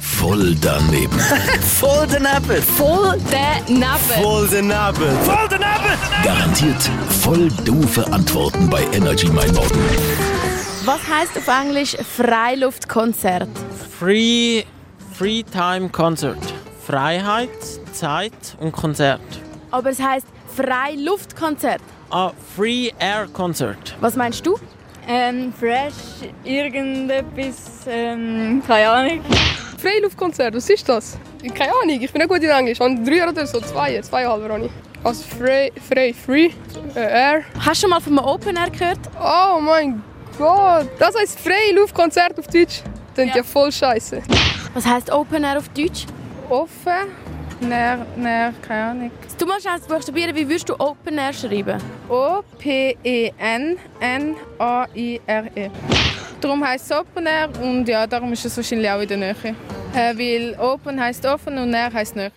Voll daneben. Voll daneben. Voll daneben. Voll daneben. Voll daneben. Garantiert voll doofe Antworten bei Energy Mein Morgen. Was heißt auf Englisch Freiluftkonzert? Free, Free Time Concert. Freiheit, Zeit und Konzert. Aber es heißt Freiluftkonzert. Ah, Free Air Concert. Was meinst du? Ähm, fresh, irgendetwas, ähm, keine Ahnung. Freiluftkonzert, was ist das? Keine Ahnung, ich bin nicht gut in Englisch. Ich habe drei oder so, zwei, zweieinhalb habe ich. Also frei, frei, free, äh, air. Hast du schon mal von einem Open Air gehört? Oh mein Gott, das heißt Freiluftkonzert auf Deutsch. Das ist ja. voll scheiße. Was heißt Open Air auf Deutsch? Offen? Näher, näher, keine Ahnung. Du musst eins buchstabieren, wie würdest du Open Air schreiben? E O-P-E-N-N-A-I-R-E. Darum E. heißt es Open Air und ja, darum ist es wahrscheinlich auch in der Nähe. Äh, weil Open heißt offen und Näher heißt Nähe.